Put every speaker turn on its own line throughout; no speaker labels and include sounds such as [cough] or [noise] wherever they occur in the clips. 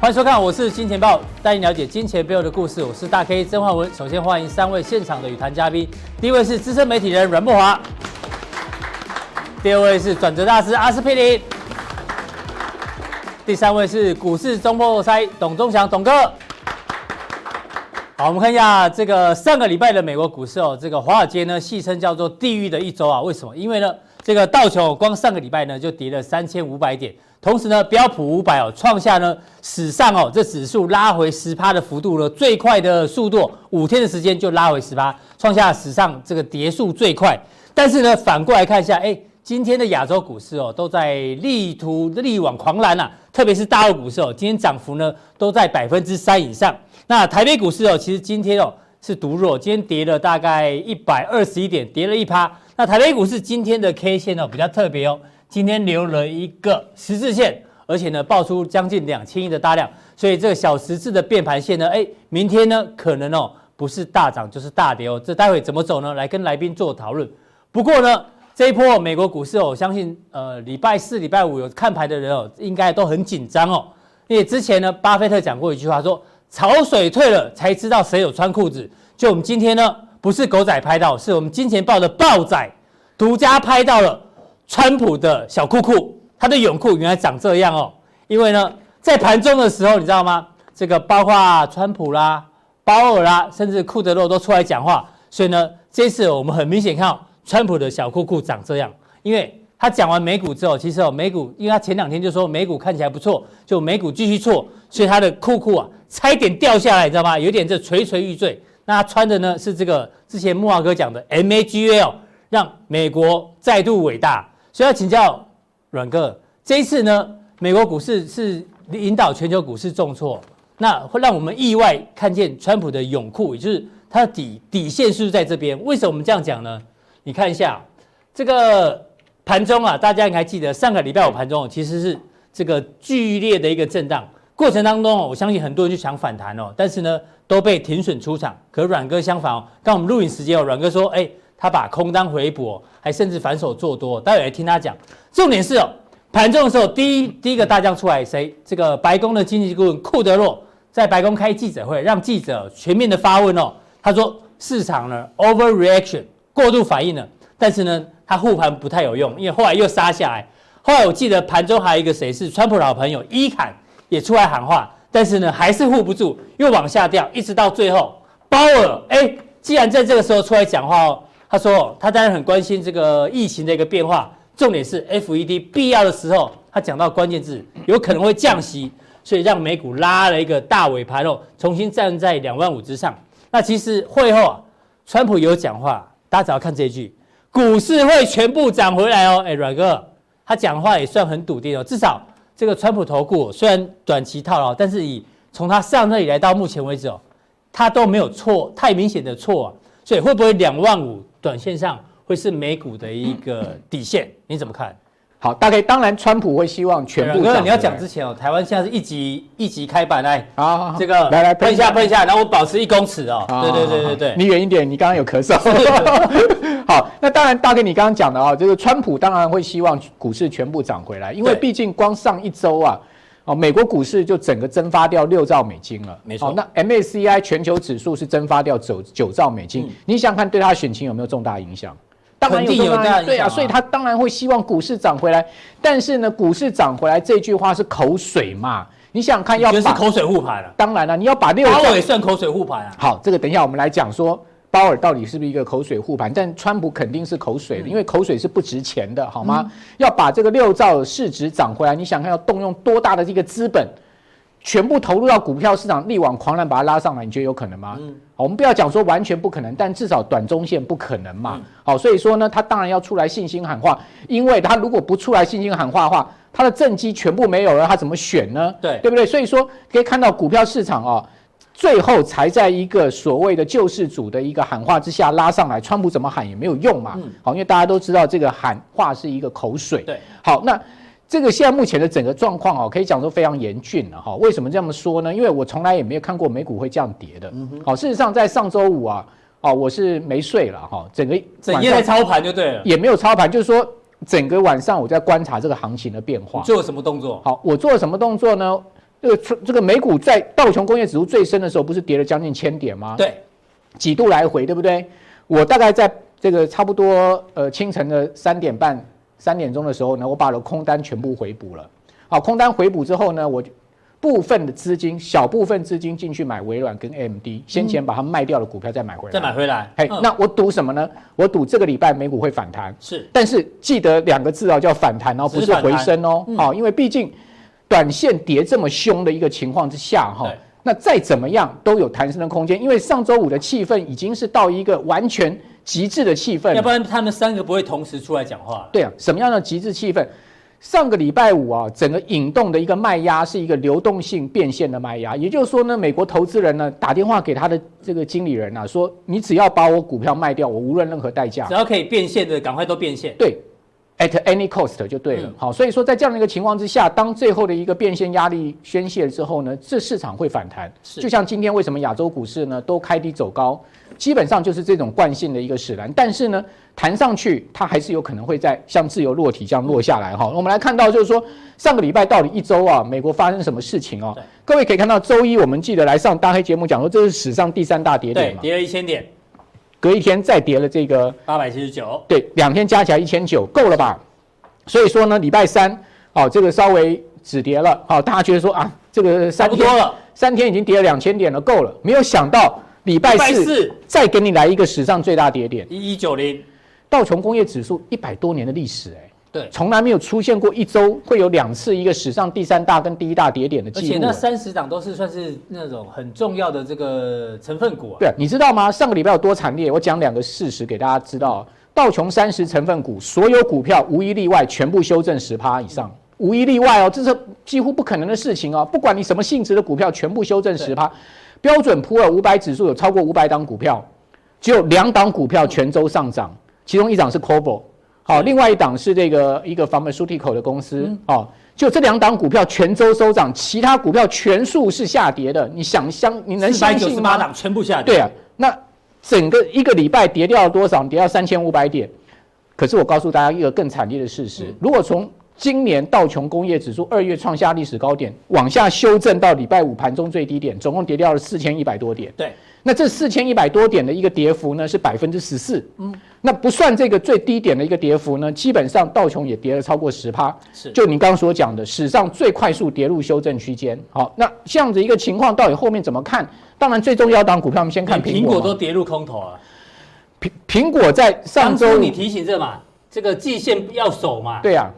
欢迎收看，我是金钱豹，带你了解金钱背后的故事。我是大 K 曾焕文。首先欢迎三位现场的语坛嘉宾，第一位是资深媒体人阮慕华，第二位是转折大师阿司匹林，第三位是股市中破塞董忠祥董哥。好，我们看一下这个上个礼拜的美国股市哦，这个华尔街呢戏称叫做“地狱的一周”啊，为什么？因为呢，这个道琼光上个礼拜呢就跌了三千五百点，同时呢，标普五百哦创下呢史上哦这指数拉回十趴的幅度呢最快的速度，五天的时间就拉回十趴，创下史上这个跌速最快。但是呢，反过来看一下，哎，今天的亚洲股市哦，都在力图力挽狂澜啊，特别是大陆股市哦，今天涨幅呢都在百分之三以上。那台北股市哦，其实今天哦是独弱，今天跌了大概一百二十一点，跌了一趴。那台北股市今天的 K 线哦比较特别哦，今天留了一个十字线，而且呢爆出将近两千亿的大量，所以这个小十字的变盘线呢，哎，明天呢可能哦不是大涨就是大跌哦，这待会怎么走呢？来跟来宾做讨论。不过呢，这一波美国股市哦，我相信呃礼拜四、礼拜五有看牌的人哦，应该都很紧张哦。因为之前呢，巴菲特讲过一句话说：“潮水退了才知道谁有穿裤子。”就我们今天呢，不是狗仔拍到，是我们金钱豹的豹仔独家拍到了川普的小裤裤，他的泳裤原来长这样哦。因为呢，在盘中的时候，你知道吗？这个包括川普啦、鲍尔啦，甚至库德洛都出来讲话，所以呢，这次我们很明显看到。川普的小裤裤长这样，因为他讲完美股之后，其实哦，美股，因为他前两天就说美股看起来不错，就美股继续错，所以他的裤裤啊，差一点掉下来，你知道吗？有点这垂垂欲坠。那他穿的呢是这个之前木华哥讲的 MAGL，让美国再度伟大。所以要请教阮哥，这一次呢，美国股市是引导全球股市重挫，那会让我们意外看见川普的泳裤，也就是他的底底线是不是在这边？为什么我们这样讲呢？你看一下这个盘中啊，大家应该记得上个礼拜五盘中哦其实是这个剧烈的一个震荡过程当中哦，我相信很多人就想反弹哦，但是呢都被停损出场。可阮哥相反哦，刚我们录影时间哦，阮哥说哎，他把空单回补、哦，还甚至反手做多、哦。待会来听他讲。重点是哦，盘中的时候第一第一个大将出来谁？这个白宫的经济顾问库德洛在白宫开记者会，让记者全面的发问哦。他说市场呢 overreaction。过度反应了，但是呢，它护盘不太有用，因为后来又杀下来。后来我记得盘中还有一个谁是川普老朋友伊坎也出来喊话，但是呢，还是护不住，又往下掉，一直到最后，鲍尔哎，既然在这个时候出来讲话哦，他说他当然很关心这个疫情的一个变化，重点是 FED 必要的时候，他讲到关键字，有可能会降息，所以让美股拉了一个大尾盘哦，重新站在两万五之上。那其实会后啊，川普有讲话。大家只要看这一句，股市会全部涨回来哦。哎，阮哥，他讲话也算很笃定哦。至少这个川普投顾虽然短期套牢，但是以从他上任以来到目前为止哦，他都没有错太明显的错啊。所以会不会两万五短线上会是美股的一个底线？你怎么看？
好，大概当然，川普会希望全部。
哥，你要讲之前哦，台湾现在是一级一级开板来，
好好好
这个
啊来来
喷一下喷一下，然后我保持一公尺哦。
好
对对对
啊好好
对对，
你远一点，你刚刚有咳嗽。 [laughs] 好，那当然，大哥，你刚刚讲的啊、这个川普当然会希望股市全部涨回来，因为
对
毕竟光上一周啊，哦，美国股市就整个蒸发掉六兆美金了。
没错
哦那 MACI 全球指数是蒸发掉九九兆美金，
嗯
你想想看对他选情有没有重大影响？当然
肯定
重
有大影响
对啊，
啊
所以他当然会希望股市涨回来。但是呢，股市涨回来这句话是口水嘛？你想想看，要
觉得是
把
口水护盘了，
当然了、你要把六
阿
兆
伟也算口水护盘啊。
好，这个等一下我们来讲说鲍尔到底是不是一个口水护盘，但川普肯定是口水的，因为口水是不值钱的，好吗？要把这个六兆市值涨回来，你想看要动用多大的这个资本，全部投入到股票市场，力挽狂澜把它拉上来，你觉得有可能吗？好，我们不要讲说完全不可能，但至少短中线不可能嘛。好，所以说呢，他当然要出来信心喊话，因为他如果不出来信心喊话的话，他的政绩全部没有了，他怎么选呢？
对
对不对？所以说可以看到股票市场哦，最后才在一个所谓的救世主的一个喊话之下拉上来，川普怎么喊也没有用嘛。好，因为大家都知道这个喊话是一个口水。
嗯对，
好，那这个现在目前的整个状况哦，可以讲说非常严峻了哈。为什么这么说呢？因为我从来也没有看过美股会这样跌的。
嗯
好，事实上在上周五啊，哦，我是没睡了哈，整个
整
晚
夜
上
在操盘就对了，
也没有操盘，就是说整个晚上我在观察这个行情的变
你
化。
做了什么动作？
好，我做了什么动作呢？这个这个美股在道琼工业指数最深的时候，不是跌了将近千点吗？，
对，
几度来回，对不对？我大概在这个差不多呃清晨的三点半、三点钟的时候呢，我把我的空单全部回补了。好，空单回补之后呢，我就部分的资金，小部分资金进去买微软跟 AMD，先前把它卖掉的股票再买回来。
嗯再买。回来。
嘿，
嗯
那我赌什么呢？我赌这个礼拜美股会反弹。
是
但是记得两个字哦，叫反弹哦，
只
不
是
是
反弹嗯
回升哦，好、因为毕竟短线跌这么凶的一个情况之下哈、
对
那再怎么样都有弹升的空间，因为上周五的气氛已经是到一个完全极致的气氛
要不
了。
然他们三个不会同时出来讲话了。
对啊，什么样的极致气氛？上个礼拜五啊，整个引动的一个卖压是一个流动性变现的卖压，也就是说呢，美国投资人呢打电话给他的这个经理人啊，说你只要把我股票卖掉，我无论任何代价
只，要可以变现的，赶快都变现。
对，at any cost 就对了
嗯。
好，所以说在这样的一个情况之下，当最后的一个变现压力宣泄之后呢，这市场会反弹。
是
就像今天为什么亚洲股市呢都开低走高，基本上就是这种惯性的一个使然。但是呢，弹上去它还是有可能会在像自由落体这样落下来哈。我们来看到就是说上个礼拜到底一周啊，美国发生什么事情哦
对？
各位可以看到周一我们记得来上大黑节目讲说这是史上第三大跌点
对，
嘛，
跌了一千点，
隔一天再跌了这个
八百七十九。
对，两天加起来一千九，够了吧？所以说呢，礼拜三，哦，这个稍微止跌了，好、大家觉得说啊，这个
差
三
不
天
多了，
三天已经跌了两千点了，够了。没有想到礼拜
礼拜
四
四
再给你来一个史上最大跌点，
一一九零，
道琼工业指数一百多年的历史、哎，
对，
从来没有出现过一周会有两次一个史上第三大跟第一大跌点的
而
记
且
录、
那
哎
三十档都是算是那种很重要的这个成分股啊。
对，你知道吗？上个礼拜有多惨烈？我讲两个事实给大家知道：道琼三十成分股所有股票无一例外全部修正十趴以上，无一例外哦，这是几乎不可能的事情哦。不管你什么性质的股票，全部修正十趴。标准普尔五百指数有超过五百档股票，只有两档股票全周上涨，其中一档是 c o b o 好，另外一档是这个一个房门 t i c 的公司、
嗯
哦，就这两档股票全周收涨，其他股票全数是下跌的。你想相你能
四百
相
九十
信
八
吗？
档全部下跌。
对啊，那整个一个礼拜跌掉了多少？跌掉三千五百点。可是我告诉大家一个更惨烈的事
嗯
实：如果从今年道琼工业指数二月创下历史高点，往下修正到礼拜五盘中最低点，总共跌掉了四千一百多点。
对，
那这四千一百多点的一个跌幅呢，是百分之十四。嗯，那不算这个最低点的一个跌幅呢，基本上道琼也跌了超过十趴。
是
就你刚刚所讲的，史上最快速跌入修正区间。好，那这样子一个情况，到底后面怎么看？当然，最重要的档股票，我们先看
连
苹
哎苹
果
果
嘛。
都跌入空头了。
苹苹果在上
当
周
初
五
你提醒这嘛，这个季线要守嘛，
对啊，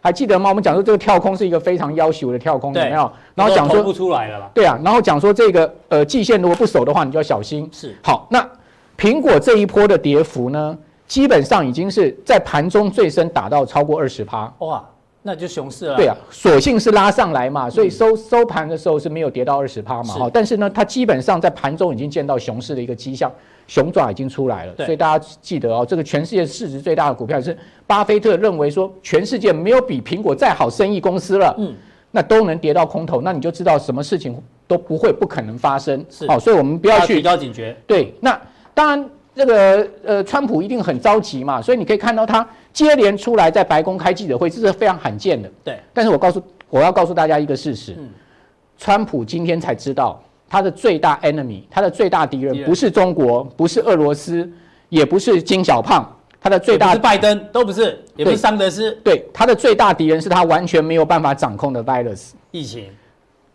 还记得吗？我们讲说这个跳空是一个非常要求的跳空，有
对
没有？然
那
后
都
讲
投
说
不出来了嘛。
对啊，然后讲说这个呃季线如果不守的话，你就要小心。
是
好，那苹果这一波的跌幅呢，基本上已经是在盘中最深打到超过二十趴。
哇，那就熊市了。
对啊，所幸是拉上来嘛，所以收收盘的时候是没有跌到二十趴
嗯
嘛，
是
哈，但是呢，它基本上在盘中已经见到熊市的一个迹象，熊爪已经出来了，
对
所以大家记得哦，这个全世界市值最大的股票是巴菲特认为说，全世界没有比苹果再好生意公司了，
嗯，
那都能跌到空头，那你就知道什么事情都不会不可能发生，哦
是
好，所以我们不
不
要去
提高警觉。
对，那当然这个呃，川普一定很着急嘛，所以你可以看到他接连出来在白宫开记者会，这是非常罕见的。
对，
但是我告诉我要告诉大家一个事实，
嗯
川普今天才知道他的最大 enemy，他的最大敌
敌
人
人
不是中国，不是俄罗斯，也不是金小胖，他的最
也不
大
是拜登，都不是，也不是
对
桑德斯，
对他的最大敌人是他完全没有办法掌控的 virus。
疫情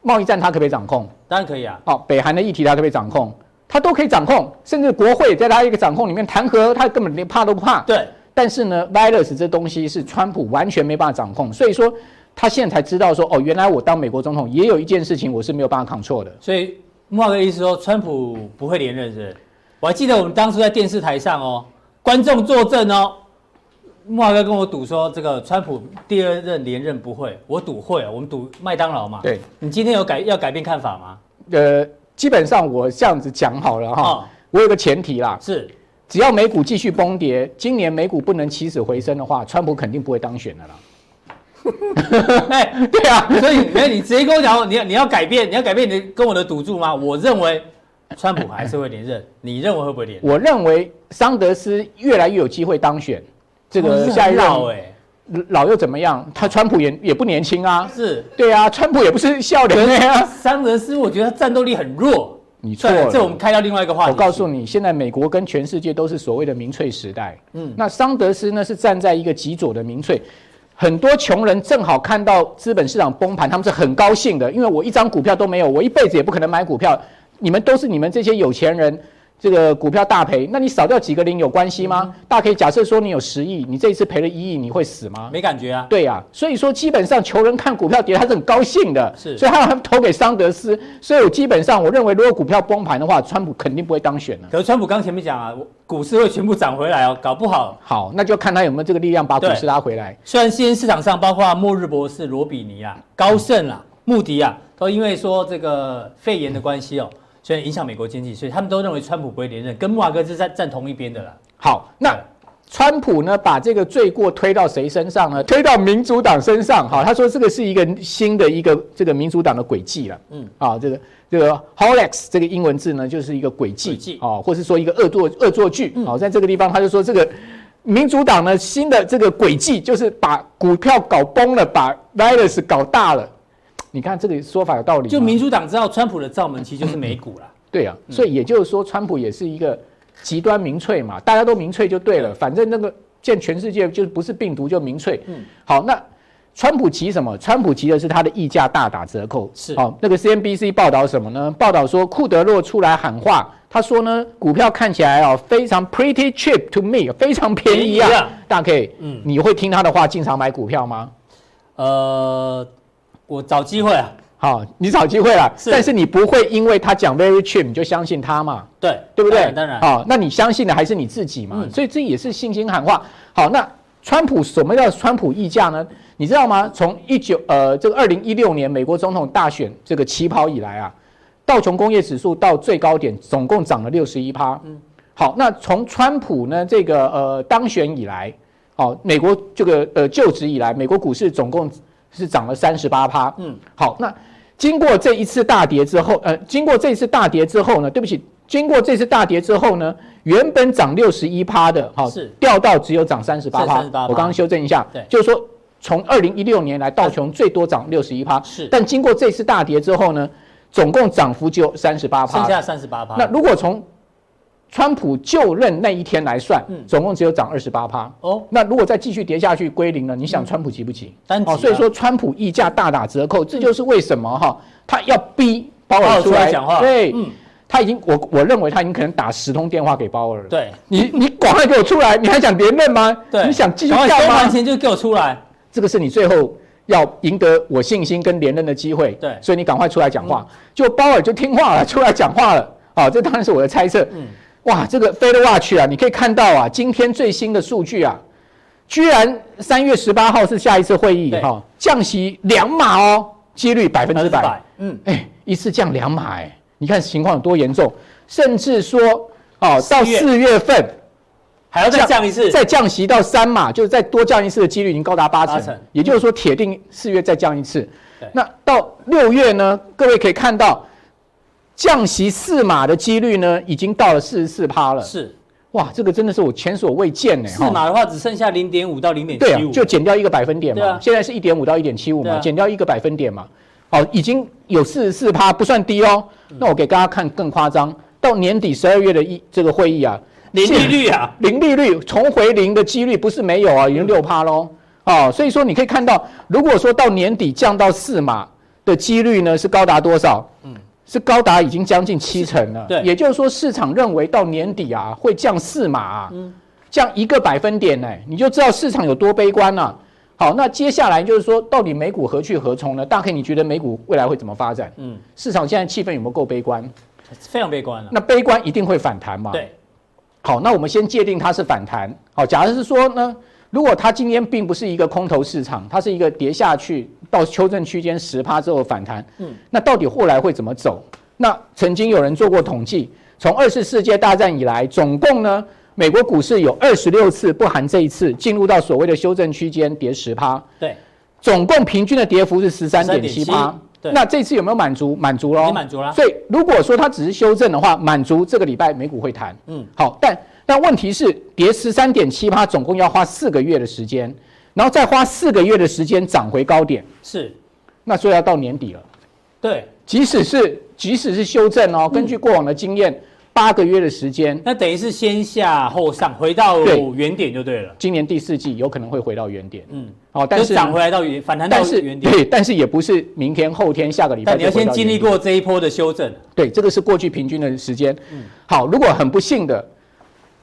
贸易战他可不可以掌控？
当然可以啊。
哦，北韩的议题他可不可以掌控？他都可以掌控，甚至国会在他一个掌控里面弹劾，他根本连怕都不怕。
对，
但是呢，virus 这东西是川普完全没办法掌控，所以说他现在才知道说，哦，原来我当美国总统也有一件事情我是没有办法 control 的。
所以木华哥的意思说，川普不会连任是不是？我还记得我们当初在电视台上哦，观众作证哦，木华哥跟我赌说，这个川普第二任连任不会，我赌会哦，我们赌麦当劳嘛。
对，
你今天有改要改变看法吗？
呃，基本上我这样子讲好了哈，
哦
我有个前提啦， [laughs]
是，
只要美股继续崩跌，今年美股不能起死回生的话，川普肯定不会当
[laughs]
选的啦。
哎，
对啊，
所以没有你直接跟我讲，你要你要改变，你要改变你的跟我的赌注吗？我认为川普还是会连任，你认为会不会连任？
我认为桑德斯越来越有机会当选。这
哦
个
是
下一
很
任
绕哎，
老又怎么样？他川普也也不年轻啊，
是
对啊，川普也不是笑脸啊的
[laughs]
呀、
桑德斯，我觉得他战斗力很弱。
你错
对
了
这我们开到另外一个话题。
我告诉你，现在美国跟全世界都是所谓的民粹时代。嗯，那桑德斯呢是站在一个极左的民粹，很多穷人正好看到资本市场崩盘，他们是很高兴的，因为我一张股票都没有，我一辈子也不可能买股票。你们都是你们这些有钱人，这个股票大赔，那你少掉几个零有关系吗？大可以假设说你有十亿，你这一次赔了一亿，你会死吗？
没感觉啊，
对呀、所以说基本上穷人看股票跌，他是很高兴的，
是
所以他投给桑德斯。所以我基本上我认为，如果股票崩盘的话，川普肯定不会当选了。
可是川普刚前面讲啊，我股市会全部涨回来哦，搞不好。
好，那就看他有没有这个力量把股市
对
拉回来。
虽然新兴市场上包括末日博士、罗比尼啊、高盛啊、穆迪啊，都因为说这个肺炎的关系哦，所以影响美国经济，所以他们都认为川普不会连任，跟穆华哥是站站同一边的啦。
好，那
对
川普呢，把这个罪过推到谁身上呢？推到民主党身上。好，他说这个是一个新的一个这个民主党的轨迹了。嗯，啊，这个这个 hoax 这个英文字呢，就是一个轨
诡
迹
计嗯
哦，或是说一个恶作恶作剧。好、在这个地方他就说这个。民主党呢，新的这个轨迹就是把股票搞崩了，把 virus 搞大了。你看这个说法有道理吗，
就民主党知道川普的罩门其实就是美股啦，
对啊，所以也就是说，川普也是一个极端民粹嘛，大家都民粹就对了，反正那个见全世界就是不是病毒就民粹。
嗯
好，那川普急什么？川普急的是他的溢价大打折扣。
是
好、那个 CNBC 报道什么呢？报道说库德洛出来喊话，他说呢，股票看起来哦非常 pretty cheap to me，非常便宜
便宜啊
啊。大 K，
嗯
嗯，你会听他的话进场买股票吗？
呃，我找机会啊，
好，你找机会了，
是
但是你不会因为他讲 very cheap 你就相信他嘛？
对
对不对？
当然，当然
好、那你相信的还是你自己嘛？
嗯
所以这也是信心喊话。好，那川普什么叫川普溢价呢？你知道吗？从一九呃这个二零一六年美国总统大选这个起跑以来啊，道琼工业指数到最高点总共涨了六十一趴。
嗯
好，那从川普呢这个呃当选以来，好、美国这个呃就职以来，美国股市总共是涨了三十八趴。
嗯
嗯，好，那经过这一次大跌之后，呃，经过这次大跌之后呢，对不起，经过这次大跌之后呢，原本涨六十一趴的，好、
是
掉到只有涨三十八趴。
38%
我刚刚修正一下，
对
就是说从二零一六年来，道琼最多涨六十一趴，
是
但经过这次大跌之后呢，总共涨幅只有三十八趴
剩，下三十八趴。
那如果从川普就任那一天来算，
嗯
总共只有涨二十八趴。
哦，嗯
那如果再继续跌下去归零了，你想川普急不急？哦
单急啊嗯
所以说川普溢价大打折扣，这就是为什么哈，他要逼鲍
鲍
尔
尔出
出
来
来
讲话
对，
嗯
他已经我我认为他已经可能打十通电话给鲍尔了。，
对，
你你赶快给我出来，你还想连任吗？
对，
你想继续
赶快
干
收
吗
盘？前就给我出来，
这个是你最后要赢得我信心跟连任的机会。
对嗯
所以你赶快出来讲话。就鲍尔就听话了，出来讲话了。啊，这当然是我的猜测。
嗯
哇，这个 Fed Watch 啊，你可以看到啊，今天最新的数据啊，居然三月十八号是下一次会议
对
哈、降息两码哦，几率百分之百。
100%，嗯，
哎，一次降两码，哎，你看情况有多严重，甚至说哦，到
四月
四月份
还啊要再降一次，
再降息到三码，就是再多降一次的几率已经高达八成，
八成嗯
也就是说铁定四月再降一次
对。
那到六月呢，各位可以看到，降息四码的几率呢，已经到了四十四趴了。
是
哇，这个真的是我前所未见呢。
四
哈
码的话只剩下零点五到零点
哦对啊
七，五，
就减掉一个百分点嘛，
对啊
现在是一点五到一点七五
对啊
嘛，减掉一个百分点嘛，哦，已经有四十四趴，不算低哦。
嗯
那我给大家看更夸张，到年底十二月的一这个会议啊，
零利率啊，
零利率重回零的几率不是没有啊，已经六趴喽。哦，所以说你可以看到，如果说到年底降到四码的几率呢，是高达多少？嗯，是高达已经将近七成了。
对
也就是说市场认为到年底啊会降四码、啊，降一个百分点呢、你就知道市场有多悲观了、好，那接下来就是说，到底美股何去何从呢？大 K，你觉得美股未来会怎么发展？
嗯
嗯，市场现在气氛有没有够悲观？
非常悲观了。
那悲观一定会反弹嘛？
对，
好，那我们先界定它是反弹。好，假设是说呢，如果它今天并不是一个空头市场，它是一个跌下去到修正区间十趴之后反弹，
嗯
嗯，那到底后来会怎么走？那曾经有人做过统计，从二次世界大战以来，总共呢，美国股市有二十六次不含这一次进入到所谓的修正区间跌十趴，
对，
总共平均的跌幅是十三点七
13.7
趴。
对
那这次有没有满足？满足喽，
已经满足啦
所以如果说它只是修正的话，满足这个礼拜美股会弹。
嗯
好，但但问题是跌十三点七趴，总共要花四个月的时间。然后再花四个月的时间涨回高点，
是，
那所以要到年底了。
对，
即使是即使是修正
嗯
哦，根据过往的经验，八个月的时间，
那等于是先下后上，回到
对
原点就对了。
今年第四季有可能会回到原点。
嗯，
哦，但
就是涨回来到原，反弹到
但是
原点。
对，但是也不是明天、后天、下个礼拜
但
就
你要
回
先
到
经
原
历
点
过这一波的修正。
对，这个是过去平均的时间。
嗯
好，如果很不幸的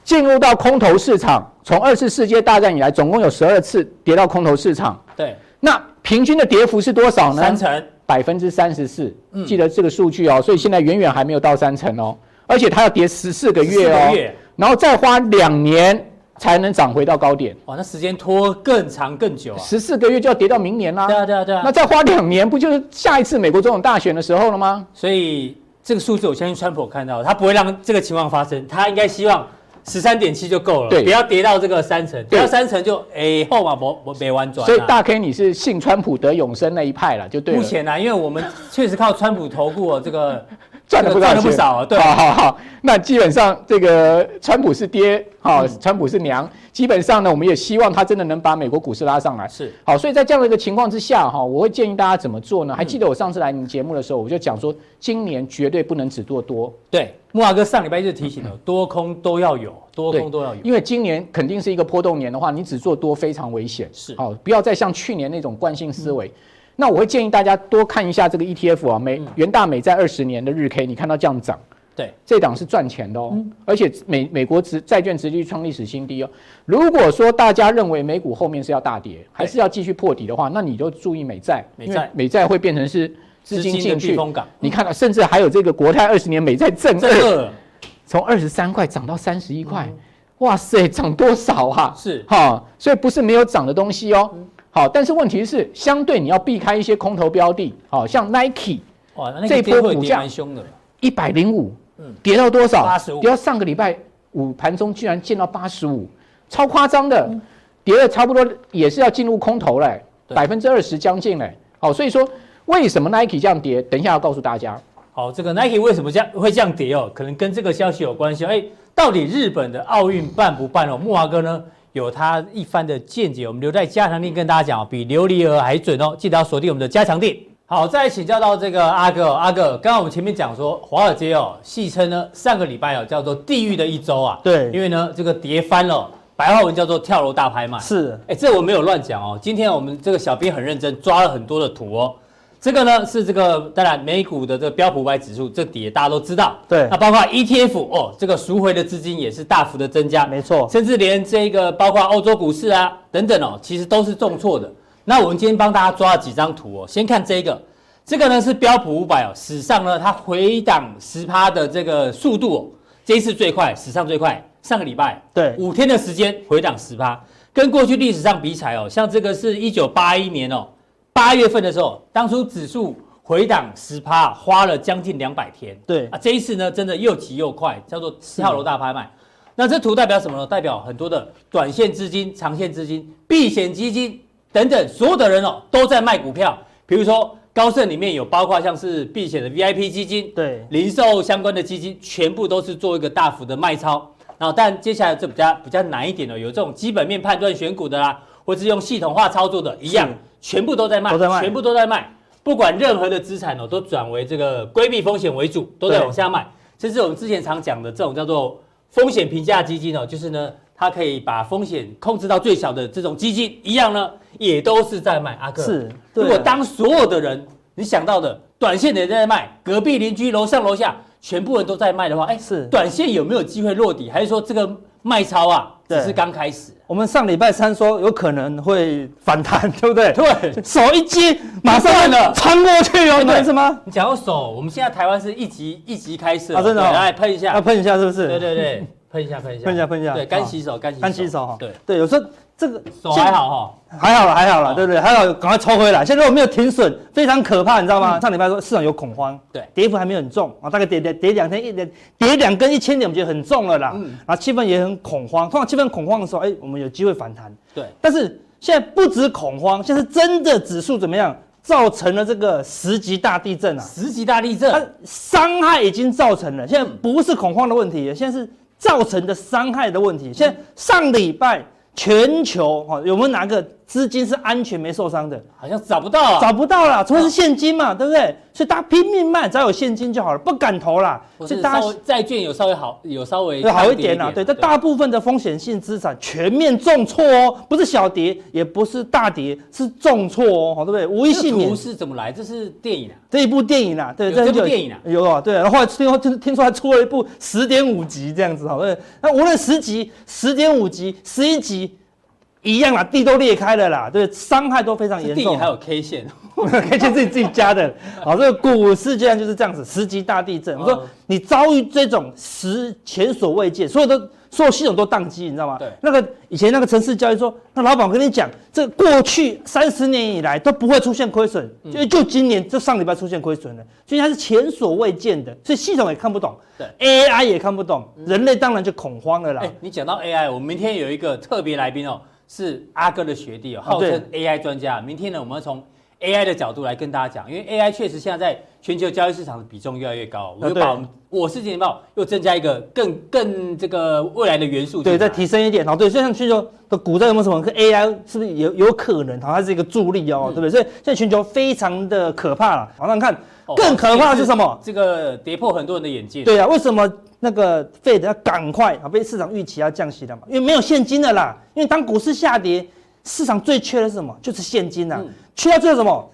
进入到空头市场，从二次世界大战以来，总共有十二次跌到空头市场，
对，
那平均的跌幅是多少呢？
三成。嗯
百分之三十四，记得这个数据哦。所以现在远远还没有到三成哦，而且它要跌十四个月
14
哦，
个月
然后再花两年才能涨回到高点，
哇，那时间拖更长更久啊。
十四个月就要跌到明年啦
对。啊，对啊，对
那
啊。
再花两年，不就是下一次美国总统大选的时候了吗？
所以这个数字，我相信川普有看到，他不会让这个情况发生，他应该希望。十三点七就够了，
对
不要跌到这个三成，跌
对
到三成就哎后嘛没没没玩转啊。
所以大 K 你是信川普得永生那一派了，就对了。
目前呢、啊，因为我们确实靠川普投顾哦，这个
[laughs] 赚了不少
赚
钱，
了不少啊对
好好好，那基本上这个川普是爹，哈、川普是娘。基本上呢，我们也希望他真的能把美国股市拉上来。
是
好，所以在这样的一个情况之下，哈、我会建议大家怎么做呢？还记得我上次来你节目的时候，我就讲说，今年绝对不能只做多，
对。木华哥上礼拜就提醒了，多空都要有，多
嗯对
空都要有。
因为今年肯定是一个波动年的话，你只做多非常危险。
是嗯
好、不要再像去年那种惯性思维。那我会建议大家多看一下这个 ETF 啊，美元大美在二十年的日 K，你看到这样涨。
对，
这档是赚钱的哦，
嗯
而且美美国值债券值率创历史新低哦。如果说大家认为美股后面是要大跌，还是要继续破底的话，那你就注意美债，
美
因为
债
美债会变成是资金
的
进
避
去。
风
[clears throat]
港，
你看到，甚至还有这个国泰二十年美债正
这
二，
个
从二十三块涨到三十一块，哇塞，涨多少啊？
嗯是嗯
哈、所以不是没有涨的东西哦。好，但是问题是，相对你要避开一些空头标的，好、像 Nike
哇，那个
这一波
跌会
股
跌
价
蛮凶的，
一百零五，跌到多少？
85
跌到上个礼拜五盘中居然见到八十五，超夸张的，跌了差不多也是要进入空头嘞，
对
百分之二十将近嘞。好，所以说为什么 Nike 这样跌？等一下要告诉大家。
好，这个 Nike 为什么这样会这样跌哦？可能跟这个消息有关系哦。哎，到底日本的奥运办不办哦？木华哥呢有他一番的见解，我们留在加强店跟大家讲、哦，比琉璃鹅还准哦。记得要锁定我们的加强店。好，再请教到这个阿哥、哦，阿哥，刚刚我们前面讲说华尔街哦，戏称呢上个礼拜哦叫做地狱的一周啊，
对
因为呢这个跌翻了，哦白话文叫做跳楼大拍卖，
是
哎，这我没有乱讲哦。今天我们这个小编很认真，抓了很多的图哦。这个呢是这个，当然美股的这个标普五百指数这底也大家都知道，
对
那包括 ETF 哦，这个赎回的资金也是大幅的增加，
没错
甚至连这个包括欧洲股市啊等等哦，其实都是重挫的。那我们今天帮大家抓了几张图哦，先看这个，这个呢是标普五百哦，史上呢它回档十趴的这个速度哦，这一次最快，史上最快，上个礼拜
对
五天的时间回档十趴，跟过去历史上比起来哦，像这个是一九八一年哦八月份的时候，当初指数回档十趴，花了将近两百天。
对
啊，这一次呢，真的又急又快，叫做跳楼大拍卖。那这图代表什么呢？代表很多的短线资金、长线资金、避险基金等等，所有的人哦都在卖股票。比如说高盛里面有包括像是避险的 VIP 基金，
对
零售相关的基金全部都是做一个大幅的卖超。然后，但接下来这比较比较难一点哦的，有这种基本面判断选股的啦，或是用系统化操作的，一样
是
全部都在卖，
都在卖
全部都在卖。不管任何的资产哦，都转为这个规避风险为主，都在
对
往下卖。这是我们之前常讲的这种叫做风险评价基金哦，就是呢，它可以把风险控制到最小的这种基金，一样呢，也都是在卖。阿克
是对
如果
啊
当所有的人你想到的短线的人在卖，隔壁邻居、楼上楼下全部人都在卖的话，哎，
是
短线有没有机会落底？还是说这个卖超啊，只
对
是刚开始？
我们上礼拜三说有可能会反弹， [laughs] 对不对？
对，
手一接，马上
断了
穿过去
对
哦，对是吗？
你讲到手，我们现在台湾是一级一级开设
啊真的哦
对来喷一下
要，喷一下是不是？
对对对，喷一下喷一下，
喷一下喷一下
对，干洗手干洗手
干洗手哈。
对，
对，有时候这个
手还，好
还好了，还好
哦
了，对不对？还好，赶快抽回来。现在如果没有停损，非常可怕，你知道吗？上礼拜说市场有恐慌，
对
嗯跌幅还没有很重啊，大概跌跌跌两天一跌跌两根一千点，我们觉得很重了啦。
嗯
然后气氛也很恐慌，通常气氛恐慌的时候，哎，我们有机会反弹。
哈，对，
但是现在不止恐慌，现在是真的指数怎么样，造成了这个十级大地震啊，
十级大地
它
震，
伤害已经造成了，现在不是恐慌的问题，现在是造成的伤害的问题。现在上礼拜全球哈、哦有没有哪个资金是安全没受伤的，
好像找不到啊，
找不到啦，除非是现金嘛，对不对？所以大家拼命卖，只要有现金就好了，不敢投啦。
或
所以
是
大
稍
家
微债券有稍微好，有稍微
对，好
抗
一
跌
点啊啦、对，但大部分的风险性资产全面重挫哦，不是小跌，也不是大跌，是重挫哦，好对不对？无一
这
幸
个
免
图。是怎么来？这是电影啊，
这一部电影啊，对，
有这部
就
电影啊
有啊，对。然后后来听说听听说还出了一部十点五集这样子，好，对。那无论十集、十点五集、十一集，一样啦，地都裂开了啦，对，伤害都非常
这
严
电
重啊
影还。有 K 线，
[laughs] 感谢自己自己家的。好，这个股市竟然就是这样子，十级大地震。我
哦
说你遭遇这种时前所未见，所有的所有系统都宕机，你知道吗？
对
那个以前那个城市交易说，那老板我跟你讲，这过去三十年以来都不会出现亏损，
嗯
就就今年就上礼拜出现亏损了，所以它是前所未见的，所以系统也看不懂，
对嗯
AI 也看不懂，人类当然就恐慌了啦。
哎，你讲到 AI，我们明天有一个特别来宾哦，是阿哥的学弟哦，
啊
号称 AI 专家。明天呢，我们要从 AI 的角度来跟大家讲，因为 AI 确实现在在全球交易市场的比重越来越高，我
啊
又
对
把我们我是钱报又增加一个更更这个未来的元素进
对，
来，
再提升一点，好，对，所以像全球的股债有没有什么跟 AI 是不是有有可能，好，它是一个助力哦，
嗯
对不对？所以现在全球非常的可怕了，好，那你看
哦
更可怕的是什么？？
这个跌破很多人的眼镜。
对啊，为什么那个 Fed 要赶快啊？被市场预期要降息了嘛？因为没有现金的啦，因为当股市下跌，市场最缺的是什么？就是现金啊
嗯，
缺到最后什么？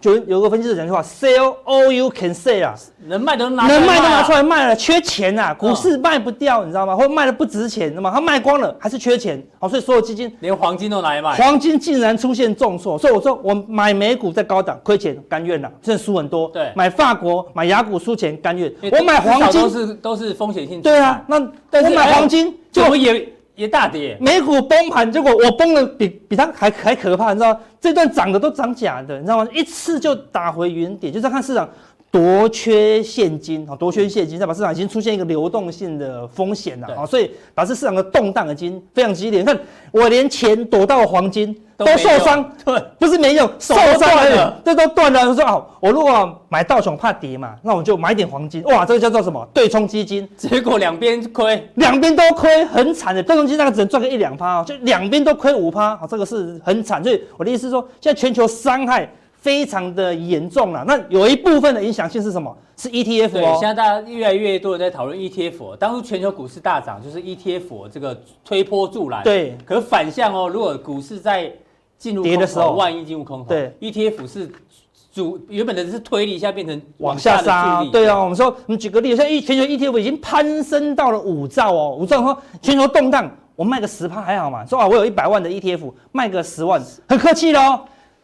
就有个分析师讲一句话，sell all you can say 啊，
能卖的都拿出来
能卖都
啊嗯
拿出来卖了，缺钱呐、股市卖不掉，你知道吗？或卖的不值钱，那么它卖光了还是缺钱，好，所以所有基金。
连黄金都拿来卖。
黄金竟然出现重挫，所以我说我买美股在高档亏钱，甘愿啦，真的输很多。
对
买法国、买雅股输钱，甘愿
因。为
我买黄
至少都
金，
是都是风险性。
对啊，，那
但
我
是哎
买黄金
就
就
我也也大跌。
美股崩盘，结果我崩的比比它还还可怕，你知道吗？这段涨的都涨假的，你知道吗？一次就打回原点，就是看市场多缺现金啊，多缺现金，再把市场已经出现一个流动性的风险了
对
啊，所以把这市场的动荡已经非常激烈。你看我连钱躲到黄金
都
都
没
受
用
伤，
对，
不是没用，受
都
伤
断
而
了
已，这都断了。就说哦，我如果买道琼怕跌嘛，那我就买点黄金，哇，这个叫做什么对冲基金。
结果两边亏。
两边都亏，很惨的。对冲基金大概只能赚个一两趴哦，就两边都亏五趴，哦，这个是很惨。所以我的意思是说，现在全球伤害非常的严重啊了。那有一部分的影响性是什么？是 ETF
对，现
哦。
在大家越来越多人在讨论 ETF，哦当初全球股市大涨就是 ETF 哦这个推波助澜。
对，
可反向哦，如果股市在进入空头
跌的时候
万一进入空头，
对
，ETF 是主原本的是推力，现在变成
往下杀
的
哦
助，力
对哦，我们说，我们举个例子，现在一全球 ETF 已经攀升到了五兆哦，五兆说全球动荡，我卖个十趴还好嘛？说啊，我有一百万的 ETF，卖个十万，很客气喽，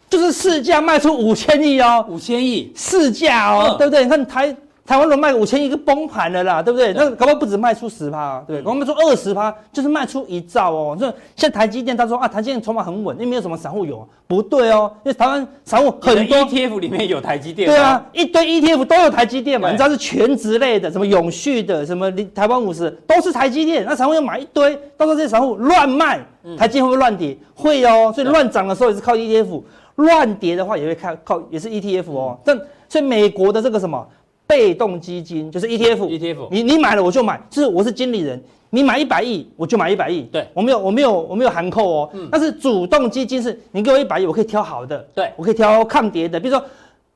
就是市价卖出五千亿哦，
五千亿，
市价哦，
嗯
对不对？你看台台湾轮卖五千亿，个崩盘了啦，对不对？那搞不好不止卖出十趴、啊，对不对，我们说二十趴就是卖出一兆哦。所以像台积电，他说啊，台积电筹码很稳，因为没有什么散户有、啊，不对哦，因为台湾散户
很
很
多
多。
ETF E 里面有台积电。
对啊，，一堆 ETF 都有台积电嘛，
对
你知道是全职类的，什么永续的，什么台湾五十都是台积电，那散户要买一堆，到时候这些散户乱卖，台积电会不会乱跌？会哦，所以
嗯对
乱涨的时候也是靠 ETF，乱跌的话也会靠靠也是 ETF
嗯
哦。但所以美国的这个什么被动基金就是 ETF，
ETF
你你买了我就买，就是我是经理人，你买一百亿我就买一百亿，
对嗯
我没有我没有我没有含扣哦，但是主动基金是你给我一百亿，我可以挑好的，
对
我可以挑抗跌的，比如说。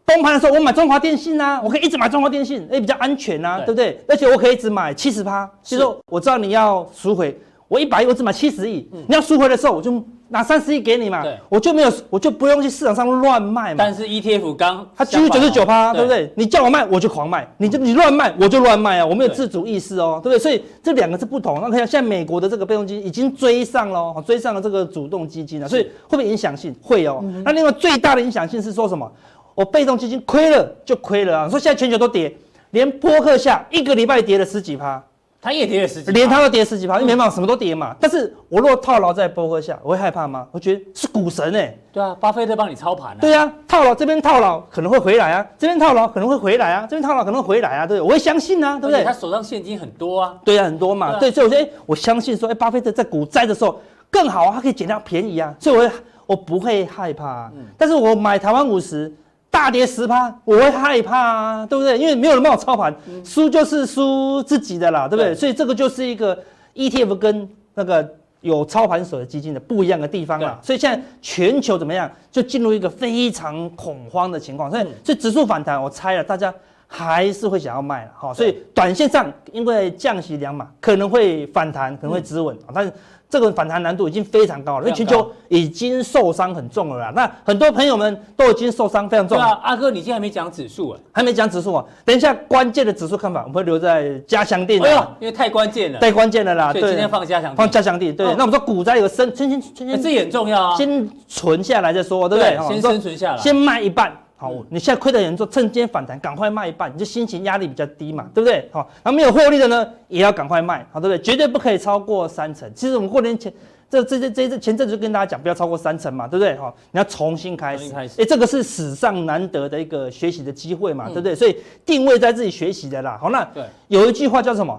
崩盘的时候，我买中华电信啊，我可以一直买中华电信，哎、比较安全啊，
对
对不对？而且我可以一直买七十趴，
是
就是我知道你要赎回，我一百亿我只买七十亿，你要赎回的时候我就拿三十亿给你嘛
对，
我就没有，我就不用去市场上乱卖嘛。
但是 ETF 刚啊
它几乎九十九趴，对不
哦对？嗯
对？你叫我卖，我就狂卖；你就你乱卖，我就乱卖啊！我没有自主意识哦，对不对？所以这两个是不同。那看一下现在美国的这个被动基金已经追上了哦，追上了这个主动基金了，所以会不会影响性？会哦。
嗯
那另外最大的影响性是说什么？我被动基金亏了就亏了啊！你说现在全球都跌，连波克夏一个礼拜跌了十几趴，
它也跌了十几趴，嗯
连它都跌十几趴，因为没办法，什么都跌嘛。但是我如果套牢在波克夏，我会害怕吗？我觉得是股神哎、
对啊，巴菲特帮你操盘啊。
对啊，套牢这边套牢可能会回来啊，这边套牢可能会回来啊，这边套牢可能会回来啊，对不对？我会相信啊，对不
而且
对
他？手上现金很多啊。
对啊，很多嘛，
对
对，所以我觉得，哎、我相信说，哎、巴菲特在股灾的时候更好啊，他可以捡到便宜啊，所以我会我不会害怕、啊。但是我买台湾五十大跌十趴，我会害怕啊，对不对？因为没有人帮我操盘，嗯输、就是输自己的啦，对不对？
对
所以这个就是一个 ETF 跟那个有操盘手的基金的不一样的地方啦。所以现在全球怎么样，就进入一个非常恐慌的情况。所以，所以指数反弹，我猜啊了大家还是会想要卖了哈。啊所以短线上，因为降息两码可能会反弹，可能会止稳，
嗯
啊但是这个反弹难度已经非常高了，因为
非
全
常高
球已经受伤很重了啦。那很多朋友们都已经受伤非常重
对
了
啊，阿哥，你今天还没讲指数啊？
还没讲指数啊，等一下关键的指数看法我们会留在加强定
哎呦
啊，，
因为太关键了，
太关键了啦。
所以今天放加强定
啊放加强定，对
哦。
那我们说股灾有个生，先先
哎
先
这
先
也很重要啊。
先存下来再说，对不对？
对
哦，
先
说
生存下来。
先卖一半。好
嗯，
你现在亏的人做，趁今天反弹赶快卖一半，你就心情压力比较低嘛，对不对？好，然后没有获利的呢，也要赶快卖，好，对不对？绝对不可以超过三成。其实我们过年前，这这这这这前阵子就跟大家讲，不要超过三成嘛，对不对？好，你要重新开
重
始，
新
哎
开始、
这个是史上难得的一个学习的机会嘛，
嗯
对不对？所以定位在自己学习的啦。好，那
对，
有一句话叫什么？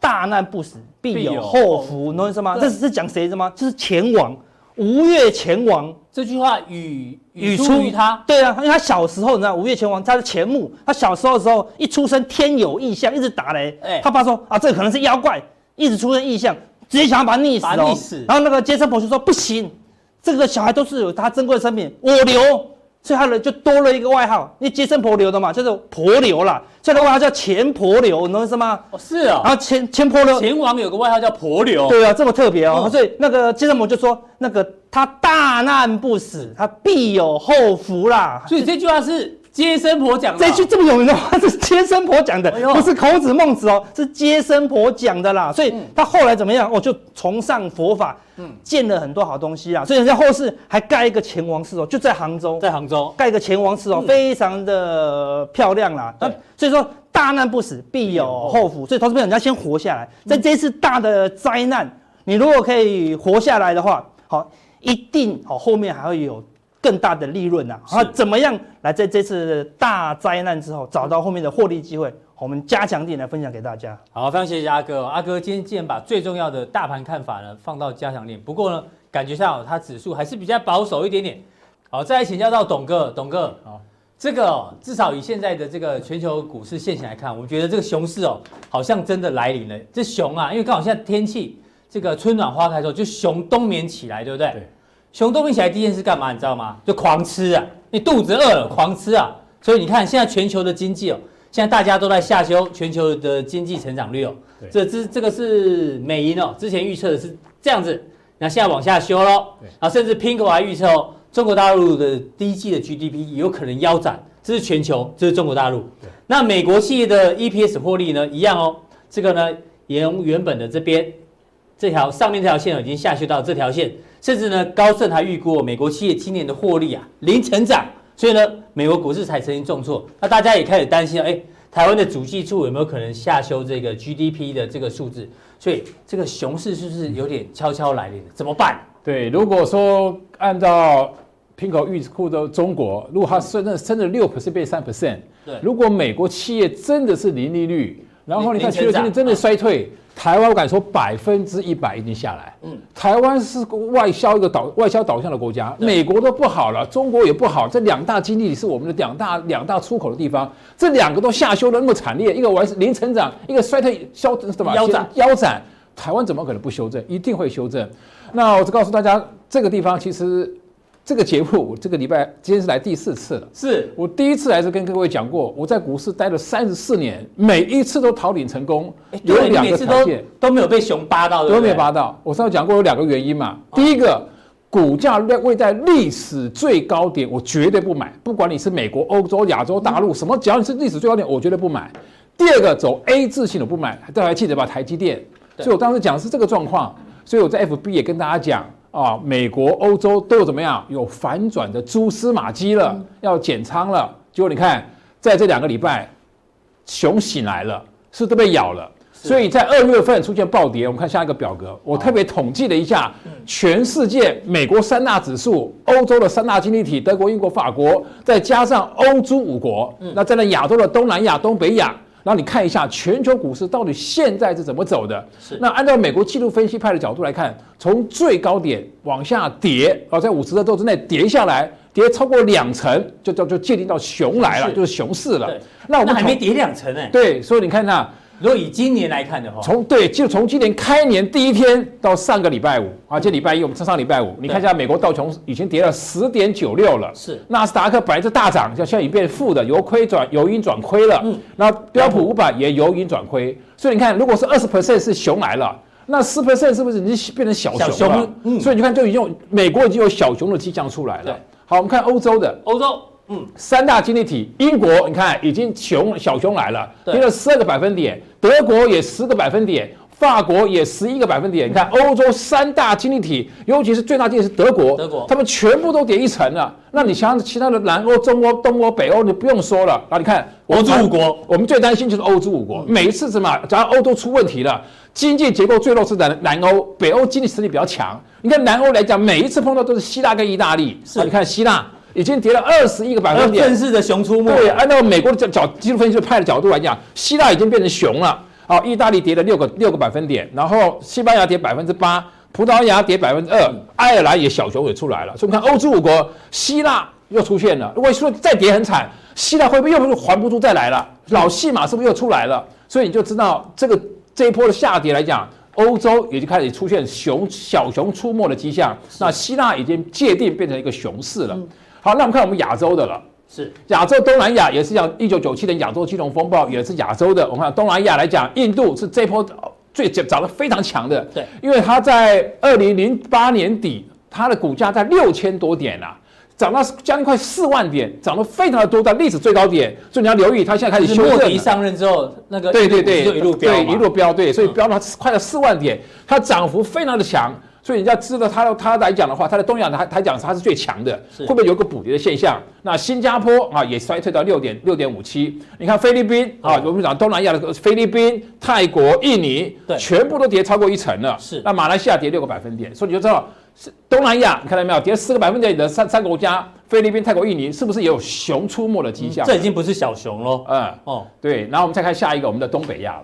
大难不死，必
必
有
有
后福，你懂我意思吗？
对
这是讲谁的吗？这是前王，吴越前王。
这句话语
语
语
出
出于他，
对啊，因为他小时候，你知道吴越拳王他的前目，他小时候的时候一出生天有异象，一直打雷。
哎
他爸说啊，这个可能是妖怪，一直出生异象，直接想要把他溺死
把
哦。
他溺死
然后那个接生婆就说不行，这个小孩都是有他珍贵的生命，我留。所以他呢就多了一个外号，因为接生婆留的嘛，就是婆留啦，所以他外号叫前婆留，你懂我意思吗？
哦，是哦。
然后前前婆留
前王有个外号叫婆流，
对啊，这么特别哦。
嗯
所以那个接生婆就说，那个他大难不死，他必有后福啦。
所以这句话是接生婆讲的
这
啊。
句这么有名的话， [laughs] 这是接生婆讲的
哎，呦
不是孔子孟子哦，是接生婆讲的啦。所以
嗯
他后来怎么样？哦，就崇尚佛法，嗯，建了很多好东西啊。所以人家后世还盖一个前王寺哦，就在杭州，
在杭州，
盖一个前王寺哦，
嗯
非常的漂亮啦。
对嗯
那所以说大难不死，必有后福。所以投资朋友你要先活下来，在这次大的灾难，你如果可以活下来的话，好，一定好后面还会有。更大的利润呐、
是
啊，怎么样来在这次大灾难之后找到后面的获利机会？我们加强点来分享给大家。
好，非常谢谢阿哥、哦。阿哥今天既然把最重要的大盘看法呢放到加强练，不过呢，感觉上、哦、他指数还是比较保守一点点。好，再来请教到董哥，董哥，
好
这个、哦、至少以现在的这个全球股市现形来看，我们觉得这个熊市哦，好像真的来临了。这熊啊，因为刚好现在天气这个春暖花开的时候，就熊冬眠起来，对不对？
对
熊冬眠起来第一件事干嘛？你知道吗？就狂吃啊！你肚子饿了，狂吃啊！所以你看现在全球的经济哦，现在大家都在下修全球的经济成长率哦。
对
这这这个是美银哦，之前预测的是这样子，那现在往下修喽
对。
然后甚至 Pinko 还预测哦，中国大陆的第一季的 GDP 有可能腰斩，这是全球，这是中国大陆。那美国企业的 EPS 获利呢，一样哦。这个呢，沿原本的这边这条上面这条线哦已经下修到这条线，甚至呢，高盛还预估哦美国企业今年的获利啊零成长，所以呢，美国股市才曾经重挫。那大家也开始担心了，哎，台湾的主计处有没有可能下修这个 GDP 的这个数字？所以这个熊市是不是有点悄悄来临了？怎么办？
对，如果说按照 Pinko 预估的中国，如果它真的升了六 percent 变三 percent，
对
如果美国企业真的是零利率，然后你看
零
全球经
零成
济
长
真的衰退，台湾我敢说百分之一百一定下来。
嗯
嗯，台湾是外销一个导外销导向的国家，
对
美国都不好了，中国也不好，这两大经济体是我们的两大两大出口的地方，这两个都下修的那么惨烈，一个完是零成长，一个衰退消什么
腰斩
腰斩，台湾怎么可能不修正？一定会修正。那我就告诉大家，这个地方其实这个节目，我这个礼拜今天是来第四次了。
是
我第一次还是跟各位讲过，我在股市待了三十四年，每一次都逃领成功
哎，
有
对，你
两
每
个
次
条
都
件
都没有被熊扒到，对
都
不对？
没有拔到。我上次讲过有两个原因嘛，第一个。股价位在历史最高点，我绝对不买。不管你是美国、欧洲、亚洲大陆什么，只要你是历史最高点，我绝对不买。第二个走 A 字形的不买，大家还记得吧？台积电，
对
所以我当时讲的是这个状况，所以我在 FB 也跟大家讲啊，美国、欧洲都有怎么样有反转的蛛丝马迹了，
嗯
要减仓了。结果你看，在这两个礼拜，熊醒来了，是都被咬了。所以在二月份出现暴跌，我们看下一个表格，我特别统计了一下
嗯
全世界美国三大指数、欧洲的三大经济体，德国、英国、法国，再加上欧洲五国，
嗯
那站在亚洲的东南亚、东北亚，然后你看一下全球股市到底现在是怎么走的。
是
那按照美国技术分析派的角度来看，从最高点往下跌，啊，在五十的周之内跌下来，跌超过两成，就叫就界定到熊来
熊
了，
市
就是熊市了
对。
那我
那
们
还
统
没跌两成哎、
对，所以你看呐，
如果以今年来看的话，
从对，就从今年开年第一天到上个礼拜五啊，这礼拜一我们上上礼拜五，你看一下美国道琼已经跌了十点九六了，
是
纳斯达克本来是大涨，现在已经变负的，由亏转由盈转亏了，嗯，那标普五百也由盈转亏，所以你看，如果是二十 percent 是熊来了。那十 percent 是不是已经变成小熊了？
小熊嗯
所以你看，就已经有美国已经有小熊的迹象出来
对
了。好，我们看欧洲的，
欧洲，嗯，
三大经济体，英国你看已经熊小熊来了，
对
跌了十二个百分点，德国也十个百分点，法国也十一个百分点。你看欧洲三大经济体，尤其是最大经济体是德国，
德国
他们全部都跌一层了。那你想想其他的南欧、中欧、东欧、北欧，你不用说了。那你看
欧洲五国，嗯
我们最担心就是欧洲五国，每一次什么，只要欧洲出问题了，经济结构最弱是南南欧，北欧经济实力比较强。你看南欧来讲，每一次碰到都是希腊跟意大利，
是
啊你看希腊。已经跌了二十一个百
还有
分点，
正式的熊出没，
对，啊按照美国的角角技术分析派的角度来讲，希腊已经变成熊了。好、意大利跌了六个六个百分点，然后西班牙跌百分之八，葡萄牙跌百分之二，爱尔兰也小熊也出来了。所以我们看欧洲五国，希腊又出现了。如果说再跌很惨，希腊会不会又不是还不住再来了？老戏码是不是又出来了？所以你就知道这个这一波的下跌来讲。欧洲也就开始出现熊小熊出没的迹象，那希腊已经界定变成一个熊市了。好，那我们看我们亚洲的了。
是
亚洲东南亚也是讲一九九七年亚洲金融风暴，也是亚洲的。我们看东南亚来讲，印度是这波呃最涨得非常强的，
对
因为它在二零零八年底，它的股价在六千多点啊。涨到将近快四万点，涨得非常的多，在历史最高点，所以你要留意，它现在开始
就是
修
莫
正
迪
了。
上任之后，那个
啊对对
印度
对，
就一路飙嘛嗯
对一路飙，对，所以飙到快了四万点，它涨幅非常的强，所以你要知道它它来讲的话，它的东亚它它讲它是最强的，
是
会不会有个补跌的现象？那新加坡啊也衰退到六点六点五七，你看菲律宾啊
哦，
我们讲东南亚的菲律宾、泰国、印尼，
对
全部都跌超过一成了，
是
那马来西亚跌六个百分点，所以你就知道。是东南亚，你看到没有？跌四个百分点的三三个国家，菲律宾、泰国、印尼，是不是也有熊出没的迹象？
这已经不是小熊喽。
嗯，
哦，
对，然后我们再看下一个，我们的东北亚了。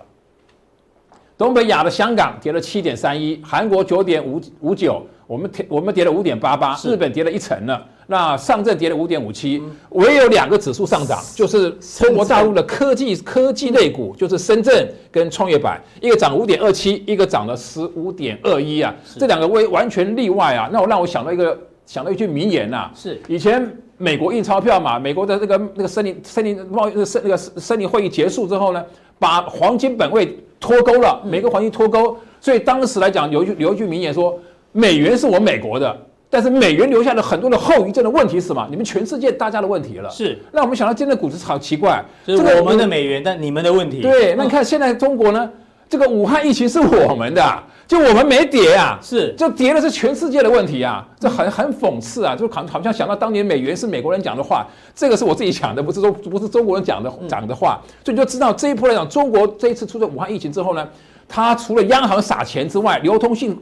东北亚的香港跌了七点三一，韩国九点五五九，我们跌我们跌了五点八八，
是嗯
日本跌了一成了，那上证跌了五点五七，唯有两个指数上涨，就是中国大陆的科技科技类股，就是深圳跟创业板，一个涨五点二七，一个涨了十五点二一啊，这两个微完全例外啊，那我让我想到一个想到一句名言呐、啊，
是
以前美国印钞票嘛，美国的那个呃那个森林森林贸易那个森那个森林会议结束之后呢，把黄金本位脱钩了，美国黄金脱钩，所以当时来讲有一句有一句名言说，美元是我美国的，但是美元留下了很多的后遗症的问题是什么？你们全世界大家的问题了。
是，
那我们想到今天的股市好奇怪，
就是
这个
我
嗯
们的美元，但你们的问题。
对，那你看现在中国呢，这个武汉疫情是我们的啊，就我们没跌啊，
是
就跌的是全世界的问题啊，这很很讽刺啊，就好好像想到当年美元是美国人讲的话，这个是我自己讲的，不是中不是中国人讲的
嗯
讲的话，所以你就知道这一波来讲，中国这一次出的武汉疫情之后呢，它除了央行撒钱之外，流通性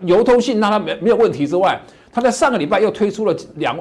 流通性让它没没有问题之外，它在上个礼拜又推出了两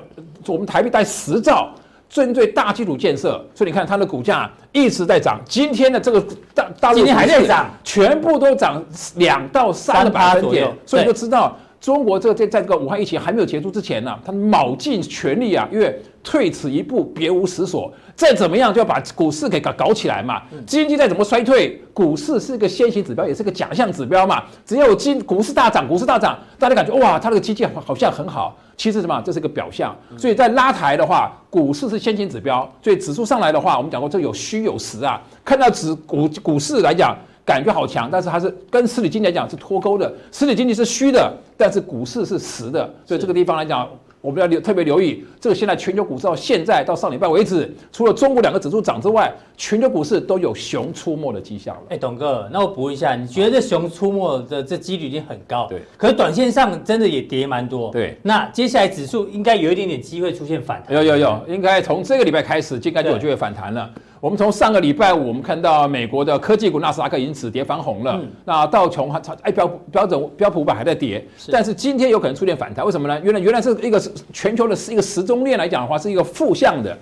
我们台币带十兆。针对大基础建设，所以你看它的股价一直在涨。今天的这个大大陆
今天还在
股市
涨，
全部都涨两到三个百分
左右
点，所以你
对
就知道中国这个在在这个武汉疫情还没有结束之前呢、它卯尽全力啊，因为退此一步别无死所，再怎么样就要把股市给搞搞起来嘛。
嗯
经济再怎么衰退，股市是个先行指标，也是个假象指标嘛。只要有经股市大涨，股市大涨，大家感觉哇，它那个基建好好像很好。其实什么，这是个表象。
嗯
所以在拉抬的话，股市是先行指标，所以指数上来的话，我们讲过这有虚有实啊。看到指股股市来讲，感觉好强，但是它是跟实体经济来讲是脱钩的，实体经济是虚的，但是股市是实的，所以这个地方来讲。我们要留特别留意，这个现在全球股市到现在到上礼拜为止，除了中国两个指数涨之外，全球股市都有熊出没的迹象了。
哎，董哥，那我补一下，你觉得熊出没的这几率已经很高，
对
可是短线上真的也跌蛮多，
对
那接下来指数应该有一点点机会出现反弹，
有有有，应该从这个礼拜开始，就应该就有机会反弹了。我们从上个礼拜五，我们看到美国的科技股纳斯达克已经止跌翻红了，那道琼还哎标标准标普五百还在跌，但是今天有可能出现反弹，为什么呢？原来原来是一个全球的一个时钟链来讲的话，是一个负向的，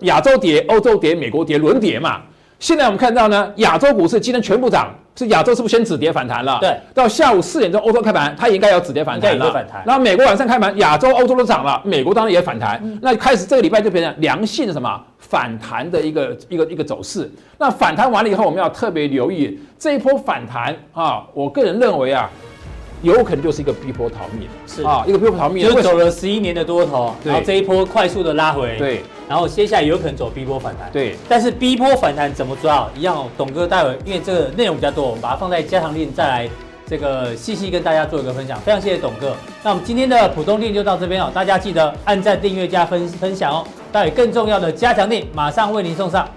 亚洲跌、欧洲跌、美国跌轮跌嘛。现在我们看到呢，亚洲股市今天全部涨，是亚洲是不是先止跌反弹了？
对
到下午四点钟，欧洲开盘，它也应该要止跌反弹
应该也
了。
会反弹
然后美国晚上开盘，亚洲、欧洲都涨了，美国当然也反弹。
嗯
那开始这个礼拜就变成良性的什么反弹的一个一个一个走势。那反弹完了以后，我们要特别留意这一波反弹啊，我个人认为啊，有可能就是一个逼迫逃命，
是
啊，一个逼迫逃命。
就是
为什
走
么
了十一年的多头，
对
然后这一波快速的拉回，
对，
然后接下来有可能走 B 波反弹，
对。
但是 B 波反弹怎么抓好？一样哦，董哥待会因为这个内容比较多，我们把它放在加强练再来这个细细跟大家做一个分享。非常谢谢董哥。那我们今天的普通练就到这边哦，大家记得按赞、订阅、加分分享哦。待会更重要的加强练马上为您送上。